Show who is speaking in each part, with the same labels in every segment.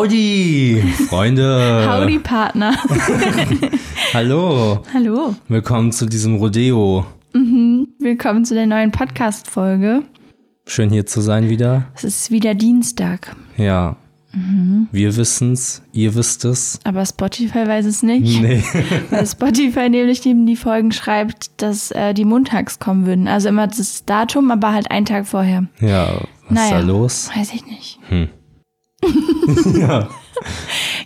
Speaker 1: Howdy, Freunde.
Speaker 2: Howdy, Partner.
Speaker 1: Hallo.
Speaker 2: Hallo.
Speaker 1: Willkommen zu diesem Rodeo.
Speaker 2: Willkommen zu der neuen Podcast-Folge.
Speaker 1: Schön hier zu sein wieder.
Speaker 2: Es ist wieder Dienstag,
Speaker 1: Ja.
Speaker 2: Mhm.
Speaker 1: Wir wissen's, ihr wisst es.
Speaker 2: aber Spotify weiß es nicht,
Speaker 1: Nee.
Speaker 2: weil Spotify nämlich neben die Folgen schreibt, dass äh, die montags kommen würden. Also immer das Datum, aber halt einen Tag vorher.
Speaker 1: Ja, was ist da los? Hm.
Speaker 2: Weiß ich nicht.
Speaker 1: Ja.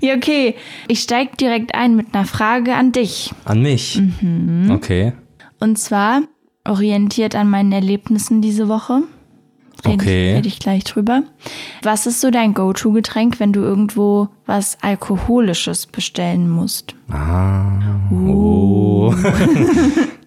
Speaker 2: Ja, okay. Ich steige direkt ein mit einer Frage an dich.
Speaker 1: An mich.
Speaker 2: Mhm.
Speaker 1: Okay.
Speaker 2: Und zwar orientiert an meinen Erlebnissen diese Woche. Rede
Speaker 1: Okay.
Speaker 2: Ich, rede ich gleich drüber. Was ist so dein Go-To-Getränk, wenn du irgendwo was Alkoholisches bestellen musst?
Speaker 1: Ah. Oh.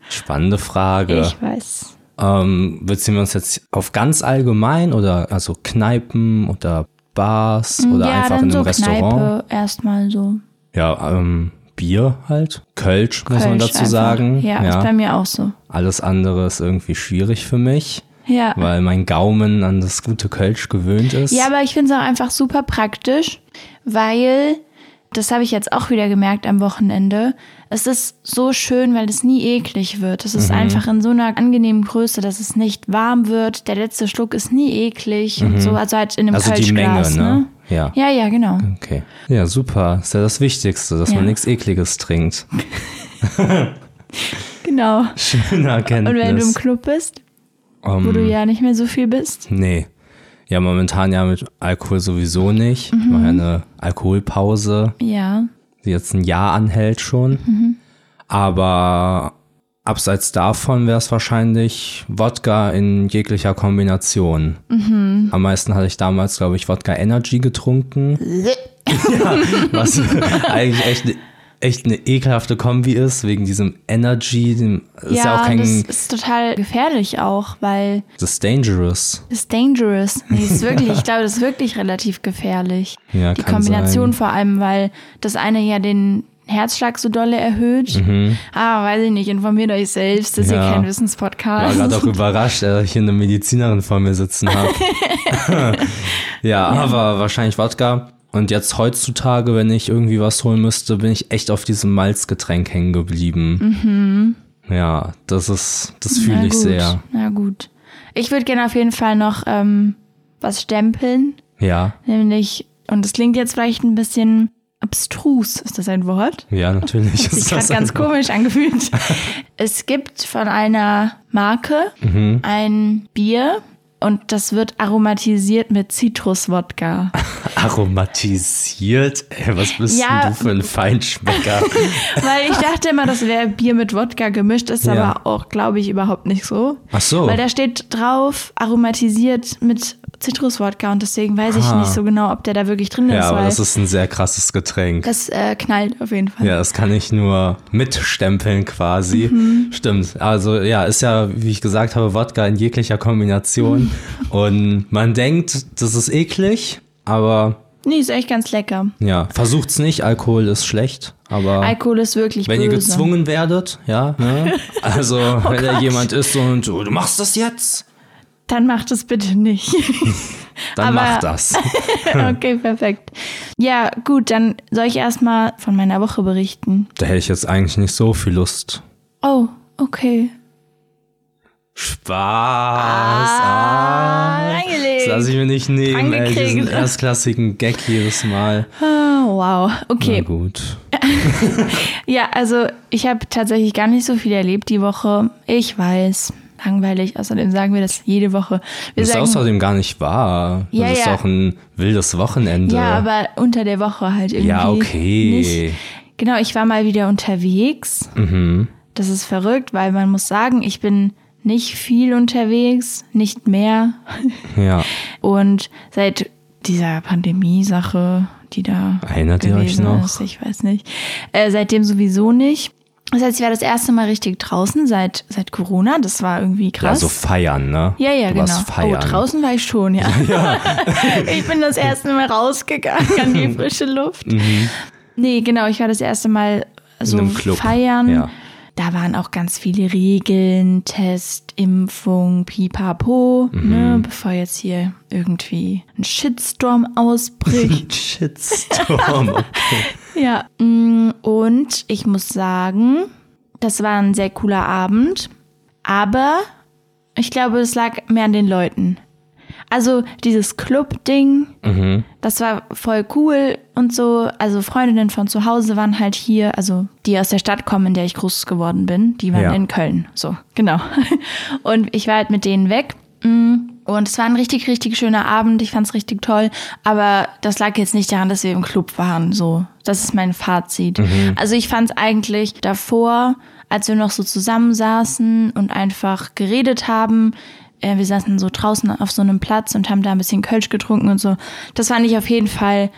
Speaker 1: Spannende Frage.
Speaker 2: Uh. Ich weiß.
Speaker 1: Ähm, beziehen wir uns jetzt auf ganz allgemein oder also Kneipen oder Bars oder
Speaker 2: ja,
Speaker 1: einfach
Speaker 2: dann
Speaker 1: in einem
Speaker 2: so
Speaker 1: Restaurant?
Speaker 2: Kneipe erstmal so.
Speaker 1: Ja, ähm, Bier halt. Kölsch, muss man
Speaker 2: Kölsch
Speaker 1: dazu
Speaker 2: einfach.
Speaker 1: sagen.
Speaker 2: Ja, ist bei mir auch so.
Speaker 1: Alles andere ist irgendwie schwierig für mich,
Speaker 2: Ja.
Speaker 1: weil mein Gaumen an das gute Kölsch gewöhnt ist.
Speaker 2: Ja, aber ich finde es auch einfach super praktisch, weil das habe ich jetzt auch wieder gemerkt am Wochenende. Es ist so schön, weil es nie eklig wird. Es ist
Speaker 1: Mhm.
Speaker 2: einfach in so einer angenehmen Größe, dass es nicht warm wird. Der letzte Schluck ist nie eklig und so. Also halt in einem
Speaker 1: Mhm. also die Menge,
Speaker 2: Kölschglas,
Speaker 1: ne? Ja.
Speaker 2: Ja, ja, genau.
Speaker 1: Okay. Ja, super. Ist ja das Wichtigste, dass man
Speaker 2: Ja.
Speaker 1: nichts Ekliges trinkt.
Speaker 2: Genau.
Speaker 1: Schöne Erkenntnis. Ähm,
Speaker 2: Und wenn du im Club bist, wo
Speaker 1: Mhm.
Speaker 2: du ja nicht mehr so viel bist.
Speaker 1: Nee. Ja, momentan ja mit Alkohol sowieso nicht. Ich
Speaker 2: Mhm.
Speaker 1: mache ja eine Alkoholpause,
Speaker 2: Ja.
Speaker 1: die jetzt ein Jahr anhält schon. Aber abseits davon wäre es wahrscheinlich Wodka in jeglicher Kombination. Am meisten hatte ich damals, glaube ich, Wodka Energy getrunken. ja, was eigentlich echt ne- echt eine ekelhafte Kombi ist, wegen diesem Energy, dem, ist ja auch kein,
Speaker 2: das ist total gefährlich auch, weil
Speaker 1: das ist dangerous.
Speaker 2: Das ist dangerous. Nee, ist wirklich, ich glaube, das ist wirklich relativ gefährlich.
Speaker 1: Ja,
Speaker 2: Die
Speaker 1: kann
Speaker 2: Kombination
Speaker 1: sein.
Speaker 2: vor allem, weil das eine ja den Herzschlag so dolle erhöht. Ah, weiß ich nicht, informiert euch selbst, das ist
Speaker 1: Mhm. Ja.
Speaker 2: hier
Speaker 1: Ich war
Speaker 2: kein
Speaker 1: gerade
Speaker 2: Wissenspodcast.
Speaker 1: auch überrascht, dass ich hier eine Medizinerin vor mir sitzen habe. ja, aber wahrscheinlich Wodka. Und jetzt heutzutage, wenn ich irgendwie was holen müsste, bin ich echt auf diesem Malzgetränk hängen geblieben. Ja, das ist, das
Speaker 2: Mhm. Na
Speaker 1: fühle ich
Speaker 2: gut,
Speaker 1: sehr.
Speaker 2: Na gut. Ich würde gerne auf jeden Fall noch ähm, was stempeln,
Speaker 1: Ja,
Speaker 2: nämlich, und das klingt jetzt vielleicht ein bisschen abstrus, ist das ein Wort?
Speaker 1: ja, natürlich.
Speaker 2: Sich
Speaker 1: ist
Speaker 2: gerade
Speaker 1: das
Speaker 2: ganz
Speaker 1: ein-
Speaker 2: komisch angefühlt. es gibt von einer Marke
Speaker 1: Mhm.
Speaker 2: ein Bier und das wird aromatisiert mit Zitruswodka.
Speaker 1: Aromatisiert? Ey, was bist
Speaker 2: Ja.
Speaker 1: denn du für ein Feinschmecker?
Speaker 2: Weil ich dachte immer, das wäre Bier mit Wodka gemischt, ist
Speaker 1: Ja. Oh.
Speaker 2: aber auch, glaube ich, überhaupt nicht so.
Speaker 1: Ach so.
Speaker 2: Weil da steht drauf, aromatisiert mit Zitruswodka und deswegen weiß ich
Speaker 1: Ah.
Speaker 2: nicht so genau, ob der da wirklich drin
Speaker 1: ja,
Speaker 2: ist.
Speaker 1: aber
Speaker 2: Weil
Speaker 1: das ist ein sehr krasses Getränk.
Speaker 2: das äh, knallt auf jeden Fall.
Speaker 1: Ja, das kann ich nur mitstempeln quasi.
Speaker 2: Mhm.
Speaker 1: Stimmt. Also ja, ist ja, wie ich gesagt habe, Wodka in jeglicher Kombination. Und man denkt, das ist eklig, aber
Speaker 2: Nee, ist echt ganz lecker.
Speaker 1: ja, versucht's nicht. Alkohol ist schlecht, aber
Speaker 2: Alkohol ist wirklich
Speaker 1: wenn
Speaker 2: böse.
Speaker 1: ihr gezwungen werdet, ja, ne? Also wenn da
Speaker 2: Gott.
Speaker 1: jemand ist und oh, du machst das jetzt,
Speaker 2: Dann macht es bitte nicht.
Speaker 1: dann
Speaker 2: Aber-
Speaker 1: mach das.
Speaker 2: Okay, perfekt. Ja, gut, dann soll ich erstmal von meiner Woche berichten.
Speaker 1: Da hätte ich jetzt eigentlich nicht so viel Lust.
Speaker 2: Oh, okay.
Speaker 1: Spaß.
Speaker 2: Ah,
Speaker 1: Das lasse ich mir nicht nehmen, ey,
Speaker 2: Angekriegt.
Speaker 1: diesen erstklassigen Gag jedes Mal.
Speaker 2: Oh, wow.
Speaker 1: Na
Speaker 2: Okay.
Speaker 1: gut.
Speaker 2: Ja, also ich habe tatsächlich gar nicht so viel erlebt die Woche. Ich weiß, langweilig. Außerdem sagen wir das jede Woche. Wir
Speaker 1: Das ist
Speaker 2: sagen,
Speaker 1: außerdem gar nicht wahr. Das
Speaker 2: Also Ja,
Speaker 1: ist
Speaker 2: ja.
Speaker 1: doch ein wildes Wochenende.
Speaker 2: ja, aber unter der Woche halt irgendwie.
Speaker 1: Ja, okay. Mhm.
Speaker 2: Nicht. Genau, ich war mal wieder unterwegs. Das ist verrückt, weil man muss sagen, ich bin nicht viel unterwegs, nicht mehr.
Speaker 1: Ja.
Speaker 2: Und seit dieser Pandemie-Sache, die da
Speaker 1: Erinnert ihr euch
Speaker 2: gewesen
Speaker 1: noch?
Speaker 2: ist, ich weiß nicht, äh, seitdem sowieso nicht. Das heißt, ich war das erste Mal richtig draußen seit, seit Corona. Das war irgendwie
Speaker 1: ja,
Speaker 2: krass.
Speaker 1: so feiern, ne?
Speaker 2: ja, ja,
Speaker 1: du
Speaker 2: genau.
Speaker 1: Warst feiern.
Speaker 2: Oh, draußen war ich schon, ja. ich bin das erste Mal rausgegangen an
Speaker 1: Mhm.
Speaker 2: die frische Luft. Nee, genau, ich war das erste Mal so
Speaker 1: einem Club,
Speaker 2: feiern.
Speaker 1: ja.
Speaker 2: Da waren auch ganz viele Regeln, Test, Impfung, pipapo, ne,
Speaker 1: Mhm.
Speaker 2: bevor jetzt hier irgendwie ein Shitstorm ausbricht.
Speaker 1: Shitstorm. Okay.
Speaker 2: Ja, mm, und ich muss sagen, das war ein sehr cooler Abend, aber ich glaube, es lag mehr an den Leuten. Also dieses Club-Ding, das war voll cool und so. Also Freundinnen von zu Hause waren halt hier, also die aus der Stadt kommen, in der ich groß geworden bin, die waren
Speaker 1: Ja.
Speaker 2: in Köln. So, genau. Und ich war halt mit denen weg. mm, Und es war ein richtig, richtig schöner Abend. Ich fand es richtig toll. Aber das lag jetzt nicht daran, dass wir im Club waren. So, das ist mein Fazit.
Speaker 1: Mhm.
Speaker 2: Also ich fand es eigentlich davor, als wir noch so zusammensaßen und einfach geredet haben. äh, Wir saßen so draußen auf so einem Platz und haben da ein bisschen Kölsch getrunken und so. Das fand ich auf jeden Fall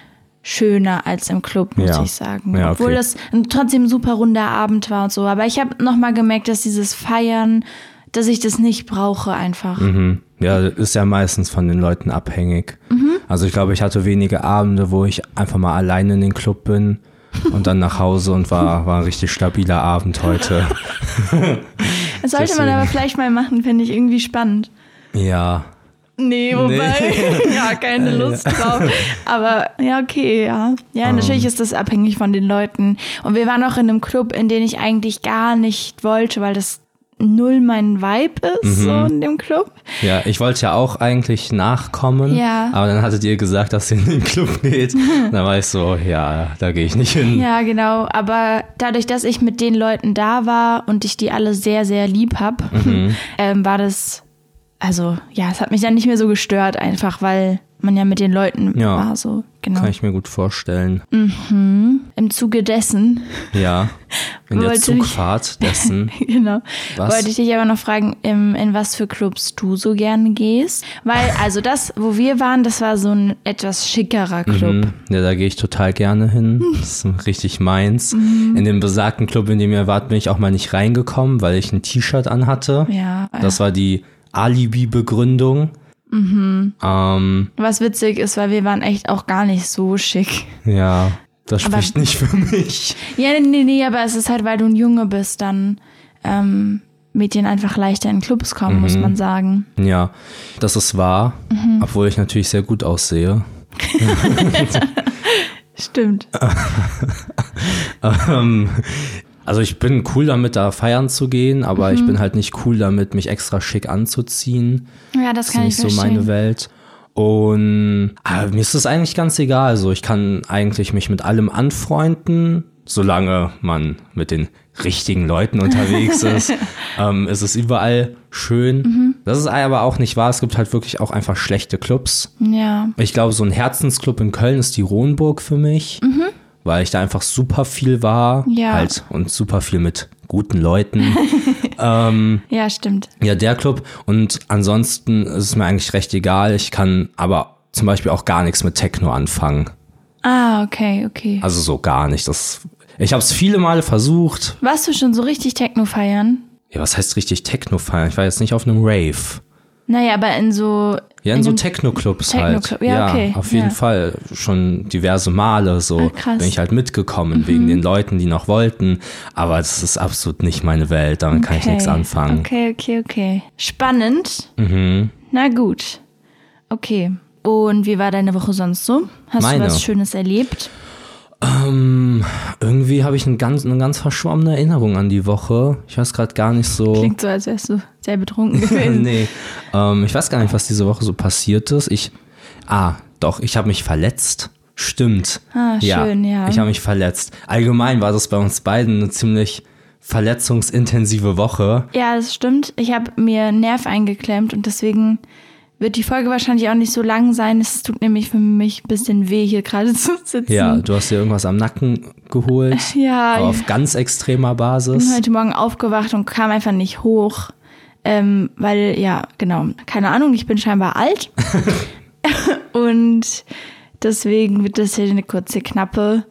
Speaker 2: schöner als im Club, muss
Speaker 1: Ja.
Speaker 2: ich sagen.
Speaker 1: Ja, okay.
Speaker 2: Obwohl das ein trotzdem super runder Abend war und so. Aber ich habe nochmal gemerkt, dass dieses Feiern, dass ich das nicht brauche einfach.
Speaker 1: Mhm. Ja, das ist ja meistens von den Leuten abhängig.
Speaker 2: Mhm.
Speaker 1: Also ich glaube, ich hatte wenige Abende, wo ich einfach mal alleine in den Club bin und dann nach Hause und war, war ein richtig stabiler Abend heute.
Speaker 2: Das sollte man
Speaker 1: Deswegen.
Speaker 2: aber vielleicht mal machen, finde ich irgendwie spannend.
Speaker 1: Ja.
Speaker 2: Nee, wobei, ja, Ähm. keine Lust drauf. Aber ja, okay, ja. Ja, natürlich ist das abhängig von den Leuten. Und wir waren auch in einem Club, in den ich eigentlich gar nicht wollte, weil das null mein Vibe ist, so in dem Club.
Speaker 1: Ja, ich wollte ja auch eigentlich nachkommen,
Speaker 2: Ja.
Speaker 1: aber dann hattet ihr gesagt, dass ihr in den Club geht. Dann war ich so, ja, da gehe ich nicht hin.
Speaker 2: Ja, genau. Aber dadurch, dass ich mit den Leuten da war und ich die alle sehr, sehr lieb hab,
Speaker 1: Mhm.
Speaker 2: ähm, war das, also ja, es hat mich dann nicht mehr so gestört, einfach weil man ja mit den Leuten
Speaker 1: Ja.
Speaker 2: war, so genau.
Speaker 1: Kann ich mir gut vorstellen.
Speaker 2: Im Zuge dessen,
Speaker 1: Ja. In der
Speaker 2: Wollte ich-
Speaker 1: Zugfahrt dessen.
Speaker 2: genau,
Speaker 1: Was?
Speaker 2: wollte ich dich aber noch fragen, in, in was für Clubs du so gerne gehst. Weil, also das, wo wir waren, das war so ein etwas schickerer Club.
Speaker 1: Mhm. Ja, da gehe ich total gerne hin.
Speaker 2: Mhm.
Speaker 1: Das ist richtig meins. In dem besagten Club, in dem ihr wart, bin ich auch mal nicht reingekommen, weil ich ein T-Shirt anhatte.
Speaker 2: Ja.
Speaker 1: Das war die Alibi-Begründung.
Speaker 2: Mhm.
Speaker 1: Ähm,
Speaker 2: Was witzig ist, weil wir waren echt auch gar nicht so schick.
Speaker 1: ja, das spricht nicht für mich.
Speaker 2: Ja, nee, nee, nee, aber es ist halt, weil du ein Junge bist, dann ähm, Mädchen einfach leichter in Clubs kommen,
Speaker 1: Mhm.
Speaker 2: muss man sagen.
Speaker 1: Ja, das ist wahr,
Speaker 2: Mhm.
Speaker 1: obwohl ich natürlich sehr gut aussehe.
Speaker 2: Stimmt.
Speaker 1: Ähm, also ich bin cool damit, da feiern zu gehen, aber
Speaker 2: Mhm.
Speaker 1: ich bin halt nicht cool damit, mich extra schick anzuziehen.
Speaker 2: Ja, das
Speaker 1: ist
Speaker 2: kann ich
Speaker 1: nicht so
Speaker 2: verstehen.
Speaker 1: meine Welt. Und aber mir ist das eigentlich ganz egal. So, ich kann eigentlich mich mit allem anfreunden, solange man mit den richtigen Leuten unterwegs ist. Ähm, es ist überall schön.
Speaker 2: Mhm.
Speaker 1: Das ist aber auch nicht wahr. Es gibt halt wirklich auch einfach schlechte Clubs.
Speaker 2: ja.
Speaker 1: Ich glaube, so ein Herzensclub in Köln ist die Ronburg für mich, weil ich da einfach super viel war.
Speaker 2: Ja.
Speaker 1: Halt und super viel mit guten Leuten.
Speaker 2: ja, stimmt.
Speaker 1: Ja, der Club. Und ansonsten ist es mir eigentlich recht egal. Ich kann aber zum Beispiel auch gar nichts mit Techno anfangen.
Speaker 2: Ah, okay, okay.
Speaker 1: Also so gar nicht. Das, ich habe es viele Male versucht.
Speaker 2: Warst du schon so richtig Techno feiern?
Speaker 1: Ja, was heißt richtig Techno feiern? Ich war jetzt nicht auf einem Rave.
Speaker 2: Naja, aber in so.
Speaker 1: Ja, in, so
Speaker 2: einem-
Speaker 1: Techno-Clubs halt.
Speaker 2: Techno-Club, ja, okay,
Speaker 1: auf jeden
Speaker 2: ja.
Speaker 1: Fall. Schon diverse Male so
Speaker 2: Ah, krass. Mhm.
Speaker 1: bin ich halt mitgekommen, wegen den Leuten, die noch wollten. Aber das ist absolut nicht meine Welt, damit kann ich
Speaker 2: Okay.
Speaker 1: nichts anfangen. Mhm.
Speaker 2: Okay, okay, okay. Spannend. Na gut. Okay. Und wie war deine Woche sonst so? Hast
Speaker 1: Meine?
Speaker 2: du was Schönes erlebt?
Speaker 1: Hm, Irgendwie habe ich eine ganz, eine ganz verschwommene Erinnerung an die Woche. Ich weiß gerade gar nicht so.
Speaker 2: Klingt so, als wärst du sehr betrunken gewesen.
Speaker 1: nee. Ähm, ich weiß gar nicht, was diese Woche so passiert ist. Ich. Ah, doch, ich habe mich verletzt. Stimmt.
Speaker 2: Ah, schön, ja.
Speaker 1: Ich habe mich verletzt. Allgemein war das bei uns beiden eine ziemlich verletzungsintensive Woche.
Speaker 2: Ja, das stimmt. Ich habe mir einen Nerv eingeklemmt und deswegen wird die Folge wahrscheinlich auch nicht so lang sein. Es tut nämlich für mich ein bisschen weh, hier gerade zu sitzen.
Speaker 1: Ja, du hast dir irgendwas am Nacken geholt.
Speaker 2: Hm. Ja,
Speaker 1: Aber
Speaker 2: ich
Speaker 1: auf ganz extremer
Speaker 2: bin
Speaker 1: Basis.
Speaker 2: heute Morgen aufgewacht und kam einfach nicht hoch. Ähm, weil, ja, genau, keine Ahnung, ich bin scheinbar alt. und deswegen wird das hier eine kurze, knappe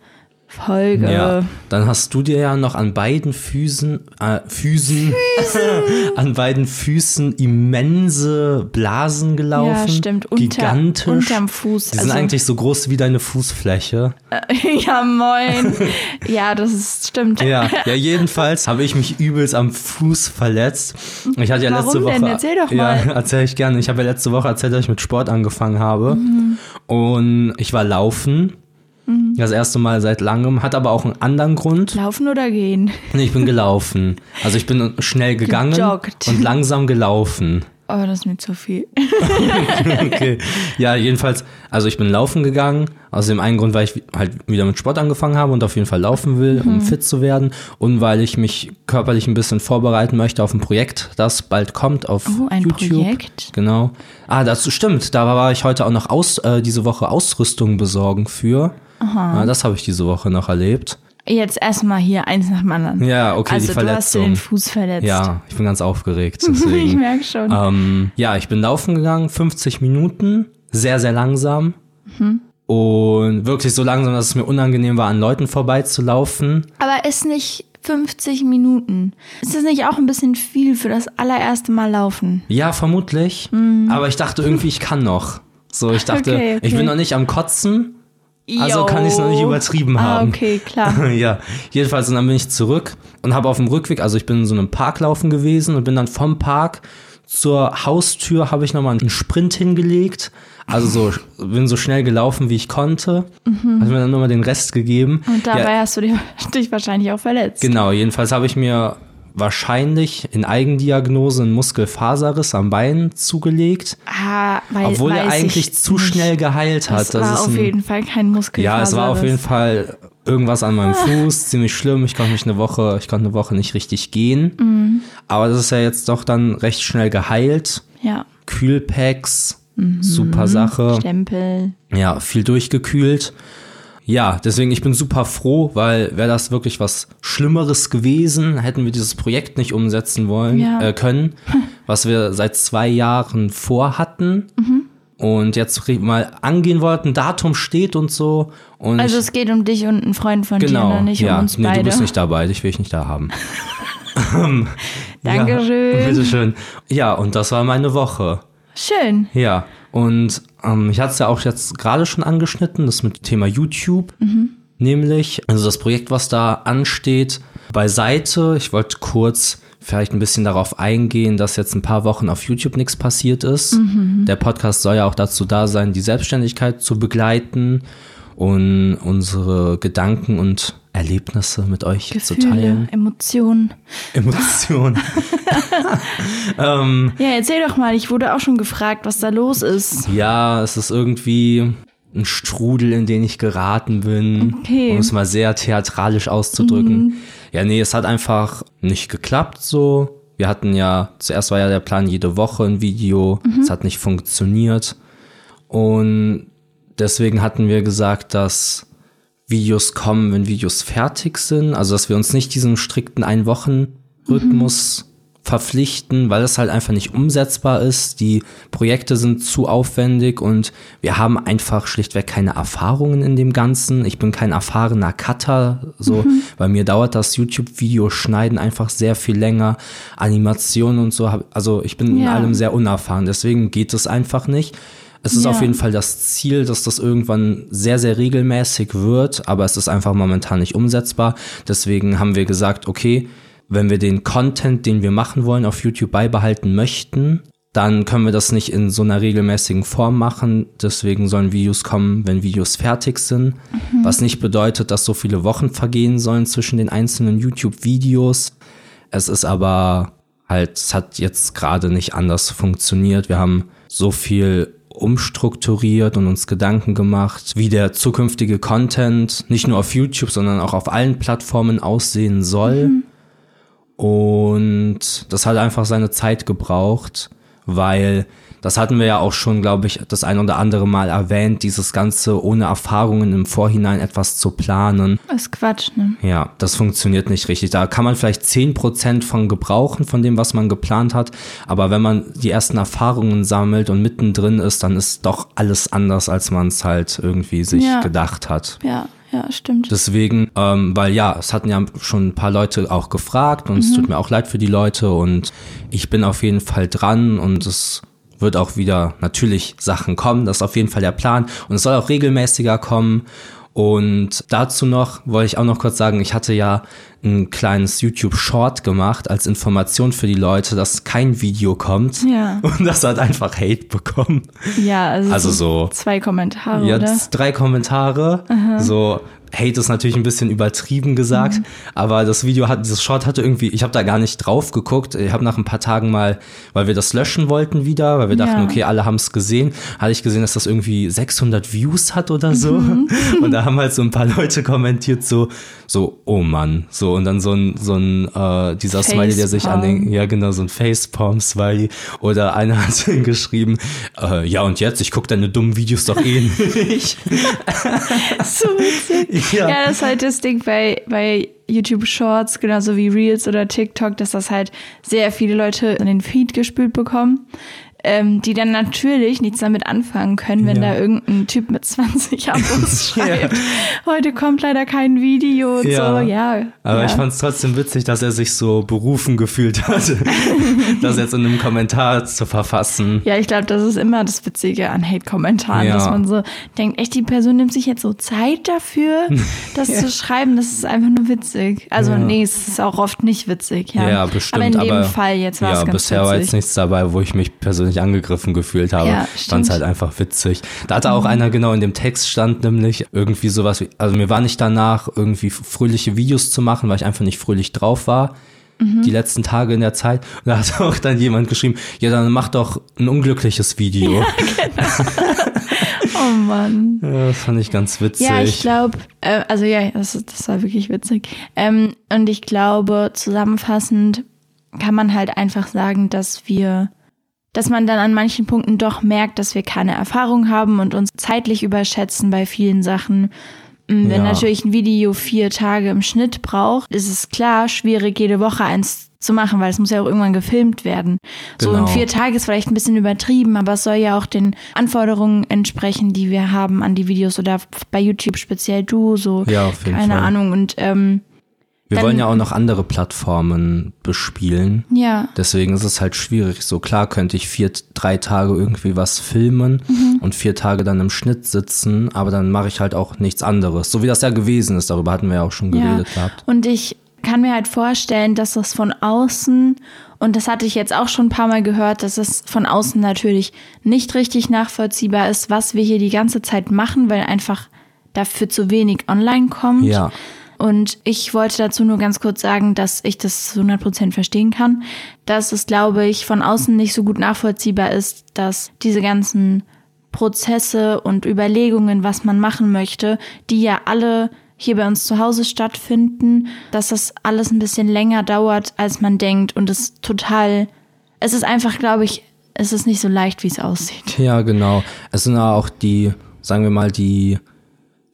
Speaker 2: Folge.
Speaker 1: Ja, dann hast du dir ja noch an beiden Füßen, äh, Füßen, an beiden Füßen immense Blasen gelaufen.
Speaker 2: Ja, stimmt. Unter-
Speaker 1: gigantisch.
Speaker 2: unterm Fuß,
Speaker 1: Die sind
Speaker 2: also-
Speaker 1: eigentlich so groß wie deine Fußfläche.
Speaker 2: ja, moin. ja, das ist stimmt.
Speaker 1: Ja, ja jedenfalls habe ich mich übelst am Fuß verletzt. Ich hatte ja
Speaker 2: Warum
Speaker 1: letzte Woche.
Speaker 2: denn? Erzähl doch
Speaker 1: ja,
Speaker 2: mal.
Speaker 1: erzähle ich gerne. Ich habe ja letzte Woche erzählt, dass ich mit Sport angefangen habe.
Speaker 2: Mhm.
Speaker 1: Und ich war laufen. Das erste Mal seit langem. Hat aber auch einen anderen Grund.
Speaker 2: Laufen oder gehen?
Speaker 1: Nee, ich bin gelaufen. Also ich bin schnell gegangen
Speaker 2: Gejoggt.
Speaker 1: und langsam gelaufen.
Speaker 2: Oh, das ist mir zu viel.
Speaker 1: Okay. Ja, jedenfalls, also ich bin laufen gegangen, aus dem einen Grund, weil ich halt wieder mit Sport angefangen habe und auf jeden Fall laufen will,
Speaker 2: Mhm.
Speaker 1: um fit zu werden und weil ich mich körperlich ein bisschen vorbereiten möchte auf ein Projekt, das bald kommt auf
Speaker 2: Oh, ein
Speaker 1: YouTube.
Speaker 2: Projekt?
Speaker 1: Genau. Ah, das stimmt, da war ich heute auch noch aus, äh, diese Woche Ausrüstung besorgen für. Aha. Ja, das habe ich diese Woche noch erlebt.
Speaker 2: Jetzt erstmal hier eins nach dem anderen.
Speaker 1: Ja, okay, die
Speaker 2: also du hast dir
Speaker 1: Verletzung.
Speaker 2: den Fuß verletzt.
Speaker 1: Ja, ich bin ganz aufgeregt.
Speaker 2: ich
Speaker 1: Deswegen.
Speaker 2: merke schon.
Speaker 1: Ähm, ja, ich bin laufen gegangen, 50 Minuten, sehr, sehr langsam. Und wirklich so langsam, dass es mir unangenehm war, an Leuten vorbeizulaufen.
Speaker 2: Aber ist nicht 50 Minuten. Ist das nicht auch ein bisschen viel für das allererste Mal laufen?
Speaker 1: Ja, vermutlich. Aber ich dachte irgendwie, ich kann noch. So, ich dachte,
Speaker 2: Mhm. Okay, okay.
Speaker 1: ich bin noch nicht am Kotzen, also
Speaker 2: Yo.
Speaker 1: kann ich es noch nicht übertrieben
Speaker 2: Ah,
Speaker 1: haben.
Speaker 2: okay, klar.
Speaker 1: ja, jedenfalls, und dann bin ich zurück und habe auf dem Rückweg, also ich bin in so einem Park laufen gewesen und bin dann vom Park zur Haustür, habe ich nochmal einen Sprint hingelegt. Also so, bin so schnell gelaufen, wie ich konnte. Hat mir dann nochmal den Rest gegeben.
Speaker 2: Mhm. Und dabei
Speaker 1: ja,
Speaker 2: hast du dich, dich wahrscheinlich auch verletzt.
Speaker 1: genau, jedenfalls habe ich mir wahrscheinlich in Eigendiagnose einen Muskelfaserriss am Bein zugelegt,
Speaker 2: Ah, weil,
Speaker 1: obwohl er
Speaker 2: weiß
Speaker 1: eigentlich
Speaker 2: ich
Speaker 1: zu
Speaker 2: nicht.
Speaker 1: schnell geheilt hat. Also
Speaker 2: Das, war
Speaker 1: ist
Speaker 2: auf
Speaker 1: ein-
Speaker 2: jeden Fall Ah. kein Muskel.
Speaker 1: ja, es war auf jeden Fall irgendwas an meinem Fuß, ziemlich schlimm. Ich konnte mich eine Woche, ich konnte eine Woche nicht richtig gehen.
Speaker 2: Mhm.
Speaker 1: Aber das ist ja jetzt doch dann recht schnell geheilt.
Speaker 2: Ja,
Speaker 1: Kühlpacks,
Speaker 2: Mhm.
Speaker 1: super Sache.
Speaker 2: Stempel.
Speaker 1: Ja, viel durchgekühlt. Ja, deswegen ich bin super froh, weil wäre das wirklich was Schlimmeres gewesen, hätten wir dieses Projekt nicht umsetzen wollen
Speaker 2: Ja.
Speaker 1: äh, können, was wir seit zwei Jahren vorhatten
Speaker 2: Mhm.
Speaker 1: und jetzt ri- mal angehen wollten. Datum steht und so. Und
Speaker 2: Also
Speaker 1: ich-
Speaker 2: es geht um dich und einen Freund von dir, ne? nicht
Speaker 1: Genau. ja.
Speaker 2: um uns
Speaker 1: nee,
Speaker 2: beide.
Speaker 1: du bist nicht dabei, dich will ich nicht da haben. Ja,
Speaker 2: Dankeschön.
Speaker 1: bitteschön. Ja, und das war meine Woche.
Speaker 2: Schön.
Speaker 1: Ja, und ähm, ich hatte es ja auch jetzt gerade schon angeschnitten, das mit dem Thema YouTube. Nämlich, also das Projekt, was da ansteht, beiseite. Ich wollte kurz vielleicht ein bisschen darauf eingehen, dass jetzt ein paar Wochen auf YouTube nichts passiert ist. Der Podcast soll ja auch dazu da sein, die Selbstständigkeit zu begleiten und unsere Gedanken und Erlebnisse mit euch zu
Speaker 2: Gefühle,
Speaker 1: teilen.
Speaker 2: Emotionen.
Speaker 1: Emotionen.
Speaker 2: Ja, erzähl doch mal, ich wurde auch schon gefragt, was da los ist.
Speaker 1: Ja, es ist irgendwie ein Strudel, in den ich geraten bin,
Speaker 2: Okay.
Speaker 1: um es mal sehr theatralisch auszudrücken. Ja, nee, es hat einfach nicht geklappt so. Wir hatten ja, zuerst war ja der Plan jede Woche ein Video, es hat nicht funktioniert. Und deswegen hatten wir gesagt, dass Videos kommen, wenn Videos fertig sind. Also, dass wir uns nicht diesem strikten Ein-Wochen-Rhythmus verpflichten, weil es halt einfach nicht umsetzbar ist. Die Projekte sind zu aufwendig und wir haben einfach schlichtweg keine Erfahrungen in dem Ganzen. Ich bin kein erfahrener Cutter. So, bei mir dauert das YouTube-Video schneiden einfach sehr viel länger. Animationen und so. hab- Also, ich bin in
Speaker 2: Ja.
Speaker 1: allem sehr unerfahren. Deswegen geht es einfach nicht. Es ist
Speaker 2: Ja.
Speaker 1: auf jeden Fall das Ziel, dass das irgendwann sehr, sehr regelmäßig wird, aber es ist einfach momentan nicht umsetzbar. Deswegen haben wir gesagt, okay, wenn wir den Content, den wir machen wollen, auf YouTube beibehalten möchten, dann können wir das nicht in so einer regelmäßigen Form machen. Deswegen sollen Videos kommen, wenn Videos fertig sind. Was nicht bedeutet, dass so viele Wochen vergehen sollen zwischen den einzelnen YouTube-Videos. Es ist aber halt, es hat jetzt gerade nicht anders funktioniert. Wir haben so viel umstrukturiert und uns Gedanken gemacht, wie der zukünftige Content nicht nur auf YouTube, sondern auch auf allen Plattformen aussehen soll. Und das hat einfach seine Zeit gebraucht, weil das hatten wir ja auch schon, glaube ich, das ein oder andere Mal erwähnt, dieses Ganze ohne Erfahrungen im Vorhinein etwas zu planen.
Speaker 2: Das ist Quatsch, ne?
Speaker 1: Ja, das funktioniert nicht richtig. Da kann man vielleicht 10% von gebrauchen, von dem, was man geplant hat. Aber wenn man die ersten Erfahrungen sammelt und mittendrin ist, dann ist doch alles anders, als man es halt irgendwie sich
Speaker 2: Ja.
Speaker 1: gedacht hat.
Speaker 2: Ja, ja, stimmt.
Speaker 1: Deswegen, ähm, weil ja, es hatten ja schon ein paar Leute auch gefragt und es tut mir auch leid für die Leute und ich bin auf jeden Fall dran und es wird auch wieder natürlich Sachen kommen. Das ist auf jeden Fall der Plan und es soll auch regelmäßiger kommen. Und dazu noch wollte ich auch noch kurz sagen, ich hatte ja ein kleines YouTube-Short gemacht als Information für die Leute, dass kein Video kommt.
Speaker 2: Ja.
Speaker 1: Und das hat einfach Hate bekommen.
Speaker 2: Ja, also,
Speaker 1: Also
Speaker 2: es sind
Speaker 1: so.
Speaker 2: zwei Kommentare, oder?
Speaker 1: Jetzt drei Kommentare. So, Hate ist natürlich ein bisschen übertrieben gesagt,
Speaker 2: Mhm.
Speaker 1: aber das Video hat, dieses Short hatte irgendwie, ich habe da gar nicht drauf geguckt. Ich habe nach ein paar Tagen mal, weil wir das löschen wollten wieder, weil wir dachten,
Speaker 2: Ja.
Speaker 1: okay, alle haben es gesehen, hatte ich gesehen, dass das irgendwie 600 Views hat oder so.
Speaker 2: Mhm.
Speaker 1: Und da haben halt so ein paar Leute kommentiert, so, so, oh Mann, so, und dann so ein, so ein, äh, dieser Smiley, der sich an den,
Speaker 2: Facepalm.
Speaker 1: ja, genau, so ein Facepalm-Smiley. Oder einer hat geschrieben, äh, ja und jetzt, ich gucke deine dummen Videos doch eh nicht.
Speaker 2: So witzig.
Speaker 1: Ja.
Speaker 2: Ja. das ist halt das Ding bei, bei YouTube Shorts, genauso wie Reels oder TikTok, dass das halt sehr viele Leute in den Feed gespült bekommen, ähm, die dann natürlich nichts damit anfangen können, wenn
Speaker 1: Ja.
Speaker 2: da irgendein Typ mit 20 Abos
Speaker 1: Ja.
Speaker 2: schreibt. Heute kommt leider kein Video und
Speaker 1: Ja.
Speaker 2: so, ja.
Speaker 1: Aber
Speaker 2: ja.
Speaker 1: ich fand es trotzdem witzig, dass er sich so berufen gefühlt hat, das jetzt in einem Kommentar zu verfassen.
Speaker 2: Ja, ich glaube, das ist immer das Witzige an Hate-Kommentaren,
Speaker 1: Ja.
Speaker 2: dass man so denkt, echt, die Person nimmt sich jetzt so Zeit dafür, das zu schreiben. Das ist einfach nur witzig. Also,
Speaker 1: Ja.
Speaker 2: nee, es ist auch oft nicht witzig. Ja,
Speaker 1: Ja, bestimmt.
Speaker 2: Aber in dem Fall jetzt war
Speaker 1: ja,
Speaker 2: es ganz
Speaker 1: bisher war
Speaker 2: witzig.
Speaker 1: jetzt nichts dabei, wo ich mich persönlich angegriffen gefühlt habe.
Speaker 2: Ja,
Speaker 1: ich fand es
Speaker 2: stimmt. Mhm.
Speaker 1: halt einfach witzig. Da hatte auch einer genau in dem Text stand nämlich irgendwie sowas wie, also mir war nicht danach, irgendwie fröhliche Videos zu machen, weil ich einfach nicht fröhlich drauf war.
Speaker 2: Mhm.
Speaker 1: Die letzten Tage in der Zeit. Und da hat auch dann jemand geschrieben, ja, dann mach doch ein unglückliches Video.
Speaker 2: oh Mann.
Speaker 1: Ja, das fand ich ganz witzig.
Speaker 2: Ja, ich glaube, äh, also ja, das, ist- das war wirklich witzig. Ähm, und ich glaube, zusammenfassend kann man halt einfach sagen, dass wir, dass man dann an manchen Punkten doch merkt, dass wir keine Erfahrung haben und uns zeitlich überschätzen bei vielen Sachen. Mm, Wenn
Speaker 1: Ja.
Speaker 2: natürlich ein Video vier Tage im Schnitt braucht, ist es klar schwierig, jede Woche eins zu machen, weil es muss ja auch irgendwann gefilmt werden. So
Speaker 1: Genau.
Speaker 2: in vier Tage ist vielleicht ein bisschen übertrieben, aber es soll ja auch den Anforderungen entsprechen, die wir haben an die Videos oder bei YouTube speziell du so.
Speaker 1: Ja, auf jeden
Speaker 2: Keine
Speaker 1: Fall.
Speaker 2: Ahnung. Und ähm,
Speaker 1: Wir
Speaker 2: Dann-
Speaker 1: wollen ja auch noch andere Plattformen bespielen.
Speaker 2: ja,
Speaker 1: Deswegen ist es halt schwierig. So klar könnte ich vier, drei Tage irgendwie was filmen und vier Tage dann im Schnitt sitzen, aber dann mache ich halt auch nichts anderes. So wie das ja gewesen ist, darüber hatten wir ja auch schon geredet
Speaker 2: ja.
Speaker 1: gehabt.
Speaker 2: Und ich kann mir halt vorstellen, dass das von außen, und das hatte ich jetzt auch schon ein paar Mal gehört, dass es von außen natürlich nicht richtig nachvollziehbar ist, was wir hier die ganze Zeit machen, weil einfach dafür zu wenig online kommt.
Speaker 1: Ja.
Speaker 2: Und ich wollte dazu nur ganz kurz sagen, dass ich das zu 100% verstehen kann, dass es, glaube ich, von außen nicht so gut nachvollziehbar ist, dass diese ganzen Prozesse und Überlegungen, was man machen möchte, die ja alle hier bei uns zu Hause stattfinden, dass das alles ein bisschen länger dauert, als man denkt und es total, es ist einfach, glaube ich, es ist nicht so leicht, wie es aussieht.
Speaker 1: Ja, genau. Es sind ja auch die, sagen wir mal, die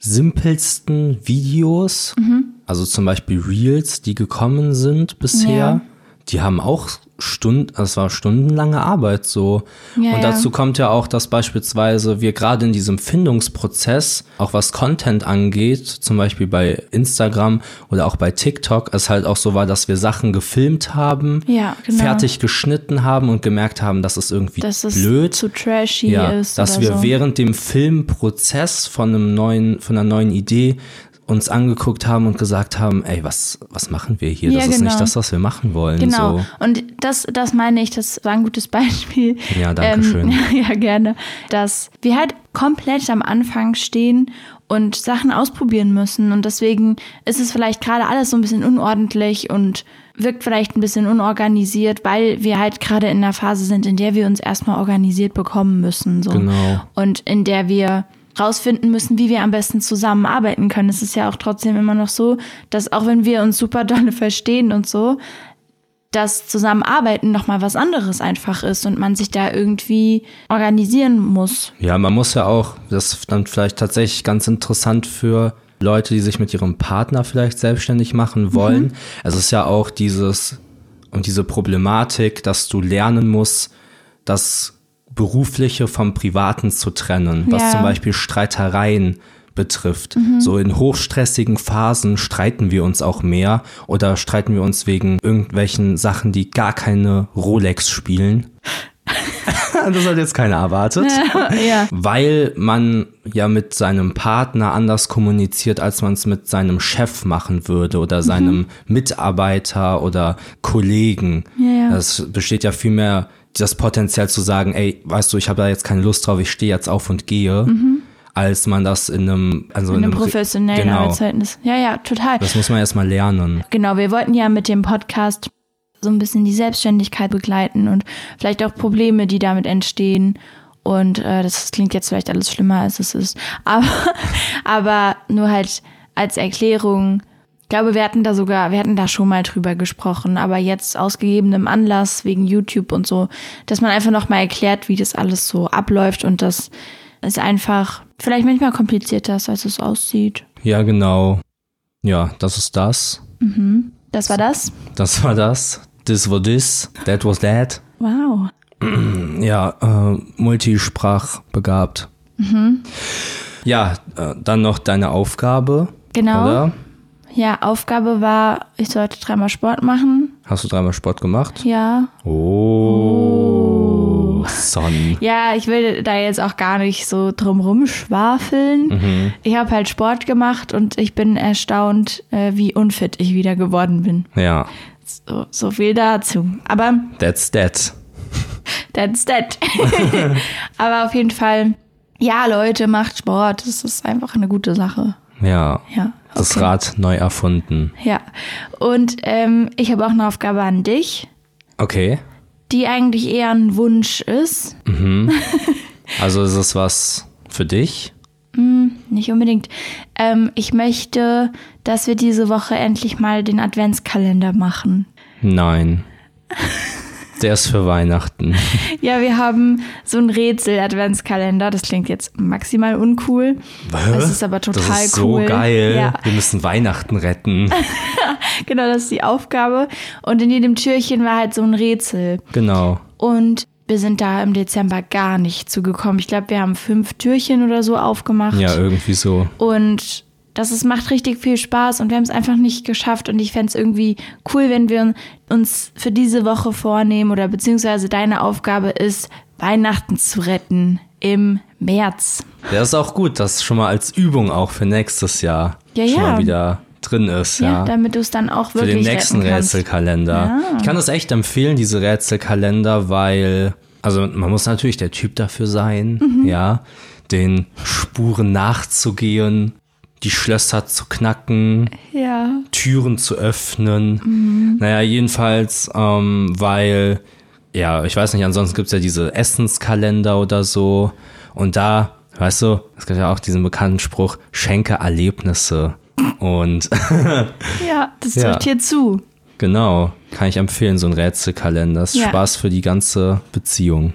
Speaker 1: simpelsten Videos,
Speaker 2: Mhm.
Speaker 1: also zum Beispiel Reels, die gekommen sind bisher,
Speaker 2: Ja.
Speaker 1: die haben auch Stunden, das war stundenlange Arbeit so.
Speaker 2: Ja,
Speaker 1: Und
Speaker 2: ja.
Speaker 1: dazu kommt ja auch, dass beispielsweise wir gerade in diesem Findungsprozess, auch was Content angeht, zum Beispiel bei Instagram oder auch bei TikTok, es halt auch so war, dass wir Sachen gefilmt haben,
Speaker 2: Ja, genau.
Speaker 1: fertig geschnitten haben und gemerkt haben, das ist irgendwie
Speaker 2: Dass es
Speaker 1: blöd
Speaker 2: zu trashy ist.
Speaker 1: dass
Speaker 2: oder
Speaker 1: wir
Speaker 2: so.
Speaker 1: während dem Filmprozess von einem neuen, von einer neuen Idee uns angeguckt haben und gesagt haben, ey, was, was machen wir hier?
Speaker 2: Ja,
Speaker 1: das ist
Speaker 2: genau.
Speaker 1: nicht das, was wir machen wollen.
Speaker 2: Genau.
Speaker 1: So.
Speaker 2: Und das, das meine ich, das war ein gutes Beispiel. Ähm,
Speaker 1: Ja, danke schön.
Speaker 2: ja, gerne. Dass wir halt komplett am Anfang stehen und Sachen ausprobieren müssen. Und deswegen ist es vielleicht gerade alles so ein bisschen unordentlich und wirkt vielleicht ein bisschen unorganisiert, weil wir halt gerade in einer Phase sind, in der wir uns erstmal organisiert bekommen müssen. So.
Speaker 1: Genau.
Speaker 2: Und in der wir rausfinden müssen, wie wir am besten zusammenarbeiten können. Es ist ja auch trotzdem immer noch so, dass auch wenn wir uns super dolle verstehen und so, dass Zusammenarbeiten nochmal was anderes einfach ist und man sich da irgendwie organisieren muss.
Speaker 1: Ja, man muss ja auch, das ist dann vielleicht tatsächlich ganz interessant für Leute, die sich mit ihrem Partner vielleicht selbstständig
Speaker 2: Mhm.
Speaker 1: machen wollen. Es ist ja auch dieses und diese Problematik, dass du lernen musst, das Berufliche vom Privaten zu trennen, was
Speaker 2: Ja. Mhm.
Speaker 1: zum Beispiel Streitereien betrifft. So in hochstressigen Phasen streiten wir uns auch mehr oder streiten wir uns wegen irgendwelchen Sachen, die gar keine Rolex spielen. das hat jetzt keiner erwartet.
Speaker 2: ja.
Speaker 1: Weil man ja mit seinem Partner anders kommuniziert, als man es mit seinem Chef machen würde
Speaker 2: Mhm.
Speaker 1: oder seinem Mitarbeiter oder Kollegen.
Speaker 2: Ja, ja.
Speaker 1: Das besteht ja viel mehr das Potenzial zu sagen, ey, weißt du, ich habe da jetzt keine Lust drauf, ich stehe jetzt auf und gehe, als man das in einem, also
Speaker 2: Mhm. In einem professionellen
Speaker 1: genau,
Speaker 2: Arbeitsverhältnis. Ja, ja, total.
Speaker 1: Das muss man erstmal lernen.
Speaker 2: Genau, wir wollten ja mit dem Podcast so ein bisschen die Selbstständigkeit begleiten und vielleicht auch Probleme, die damit entstehen. Und äh, das klingt jetzt vielleicht alles schlimmer, als es ist. Aber, aber nur halt als Erklärung. Ich glaube, wir hatten da sogar, wir hatten da schon mal drüber gesprochen, aber jetzt aus gegebenem Anlass wegen YouTube und so, dass man einfach nochmal erklärt, wie das alles so abläuft und das ist einfach vielleicht manchmal komplizierter, ist, als es aussieht.
Speaker 1: Ja, genau. Ja, das ist das.
Speaker 2: Das war das.
Speaker 1: Das war das. This was this. That was that.
Speaker 2: Wow.
Speaker 1: Ja, äh, multisprachbegabt.
Speaker 2: Mhm.
Speaker 1: Ja, äh, dann noch deine Aufgabe.
Speaker 2: Genau.
Speaker 1: Oder?
Speaker 2: Ja, Aufgabe war, ich sollte dreimal Sport machen.
Speaker 1: Hast du dreimal Sport gemacht?
Speaker 2: Ja.
Speaker 1: Oh, Son.
Speaker 2: Ja, ich will da jetzt auch gar nicht so drum rumschwafeln. Ich habe halt Sport gemacht und ich bin erstaunt, äh, wie unfit ich wieder geworden bin.
Speaker 1: Ja,
Speaker 2: So, so viel dazu. Aber
Speaker 1: that's that.
Speaker 2: that's that. Aber auf jeden Fall, ja, Leute, macht Sport. Das ist einfach eine gute Sache.
Speaker 1: Ja.
Speaker 2: Ja.
Speaker 1: Das
Speaker 2: okay.
Speaker 1: Rad neu erfunden.
Speaker 2: Ja. Und ähm, ich habe auch eine Aufgabe an dich,
Speaker 1: Okay.
Speaker 2: die eigentlich eher ein Wunsch ist.
Speaker 1: Also ist es was für dich?
Speaker 2: Nicht unbedingt. Ähm, ich möchte, dass wir diese Woche endlich mal den Adventskalender machen.
Speaker 1: Nein. Der ist für Weihnachten.
Speaker 2: Ja, wir haben so ein Rätsel-Adventskalender. Das klingt jetzt maximal uncool. Das ist aber total
Speaker 1: das ist
Speaker 2: cool.
Speaker 1: so geil.
Speaker 2: Ja,
Speaker 1: Wir müssen Weihnachten retten.
Speaker 2: genau, das ist die Aufgabe. Und in jedem Türchen war halt so ein Rätsel.
Speaker 1: Genau.
Speaker 2: Und wir sind da im Dezember gar nicht zugekommen. Ich glaube, wir haben fünf Türchen oder so aufgemacht.
Speaker 1: Ja, irgendwie so.
Speaker 2: Und das ist, macht richtig viel Spaß und wir haben es einfach nicht geschafft. Und ich fänd's irgendwie cool, wenn wir uns für diese Woche vornehmen oder beziehungsweise deine Aufgabe ist, Weihnachten zu retten im März.
Speaker 1: Ja, ist auch gut, dass schon mal als Übung auch für nächstes Jahr
Speaker 2: Ja,
Speaker 1: schon
Speaker 2: ja.
Speaker 1: mal wieder drin ist.
Speaker 2: Ja.
Speaker 1: Ja,
Speaker 2: damit du es dann auch
Speaker 1: für den
Speaker 2: wirklich
Speaker 1: nächsten
Speaker 2: retten kannst.
Speaker 1: Rätselkalender. Ich kann das echt empfehlen, diese Rätselkalender, weil, also man muss natürlich der Typ dafür sein,
Speaker 2: Mhm.
Speaker 1: ja, den Spuren nachzugehen, die Schlösser zu knacken,
Speaker 2: Ja.
Speaker 1: Türen zu öffnen. Naja, jedenfalls, ähm, weil, ja, ich weiß nicht, ansonsten gibt's ja diese Essenskalender oder so. Und da, weißt du, es gibt ja auch diesen bekannten Spruch, schenke Erlebnisse. Und
Speaker 2: Ja, das
Speaker 1: Ja.
Speaker 2: trifft hier zu.
Speaker 1: genau, kann ich empfehlen, so ein Rätselkalender. Ist
Speaker 2: Ja.
Speaker 1: Spaß für die ganze Beziehung.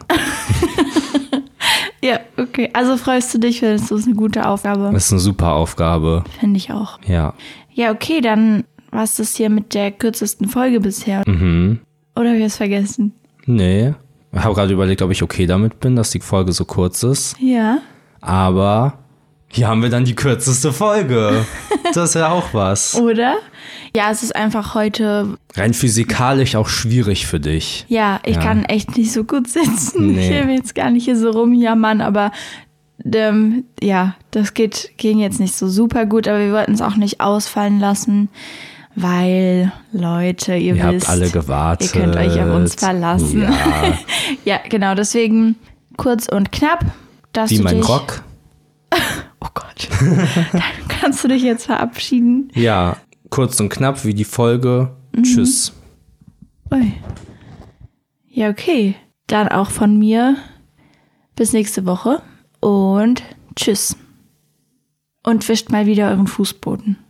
Speaker 2: Ja, okay. Also freust du dich, findest du es eine gute Aufgabe.
Speaker 1: Das ist eine super Aufgabe.
Speaker 2: Finde ich auch.
Speaker 1: Ja.
Speaker 2: Ja, okay, dann war's das hier mit der kürzesten Folge bisher.
Speaker 1: Mhm.
Speaker 2: Oder wir es vergessen.
Speaker 1: Nee. Ich habe gerade überlegt, ob ich okay damit bin, dass die Folge so kurz ist.
Speaker 2: Ja.
Speaker 1: Aber hier haben wir dann die kürzeste Folge. Das ist ja auch was.
Speaker 2: Oder? Ja, es ist einfach heute,
Speaker 1: Rein physikalisch auch schwierig für dich.
Speaker 2: ja, ich
Speaker 1: Ja.
Speaker 2: kann echt nicht so gut sitzen.
Speaker 1: Nee.
Speaker 2: Ich will mir jetzt gar nicht hier so rumjammern, aber ähm, ja, das geht, ging jetzt nicht so super gut, aber wir wollten es auch nicht ausfallen lassen, weil, Leute, ihr,
Speaker 1: Ihr
Speaker 2: wisst,
Speaker 1: habt alle gewartet.
Speaker 2: ihr könnt euch auf uns verlassen.
Speaker 1: Ja,
Speaker 2: ja, genau, deswegen kurz und knapp. Dass
Speaker 1: wie
Speaker 2: du
Speaker 1: mein
Speaker 2: dich,
Speaker 1: Rock.
Speaker 2: Oh Gott. Dann kannst du dich jetzt verabschieden.
Speaker 1: Ja, kurz und knapp wie die Folge.
Speaker 2: Mhm.
Speaker 1: Tschüss.
Speaker 2: Ui. Ja, okay. Dann auch von mir bis nächste Woche und tschüss. Und wischt mal wieder euren Fußboden.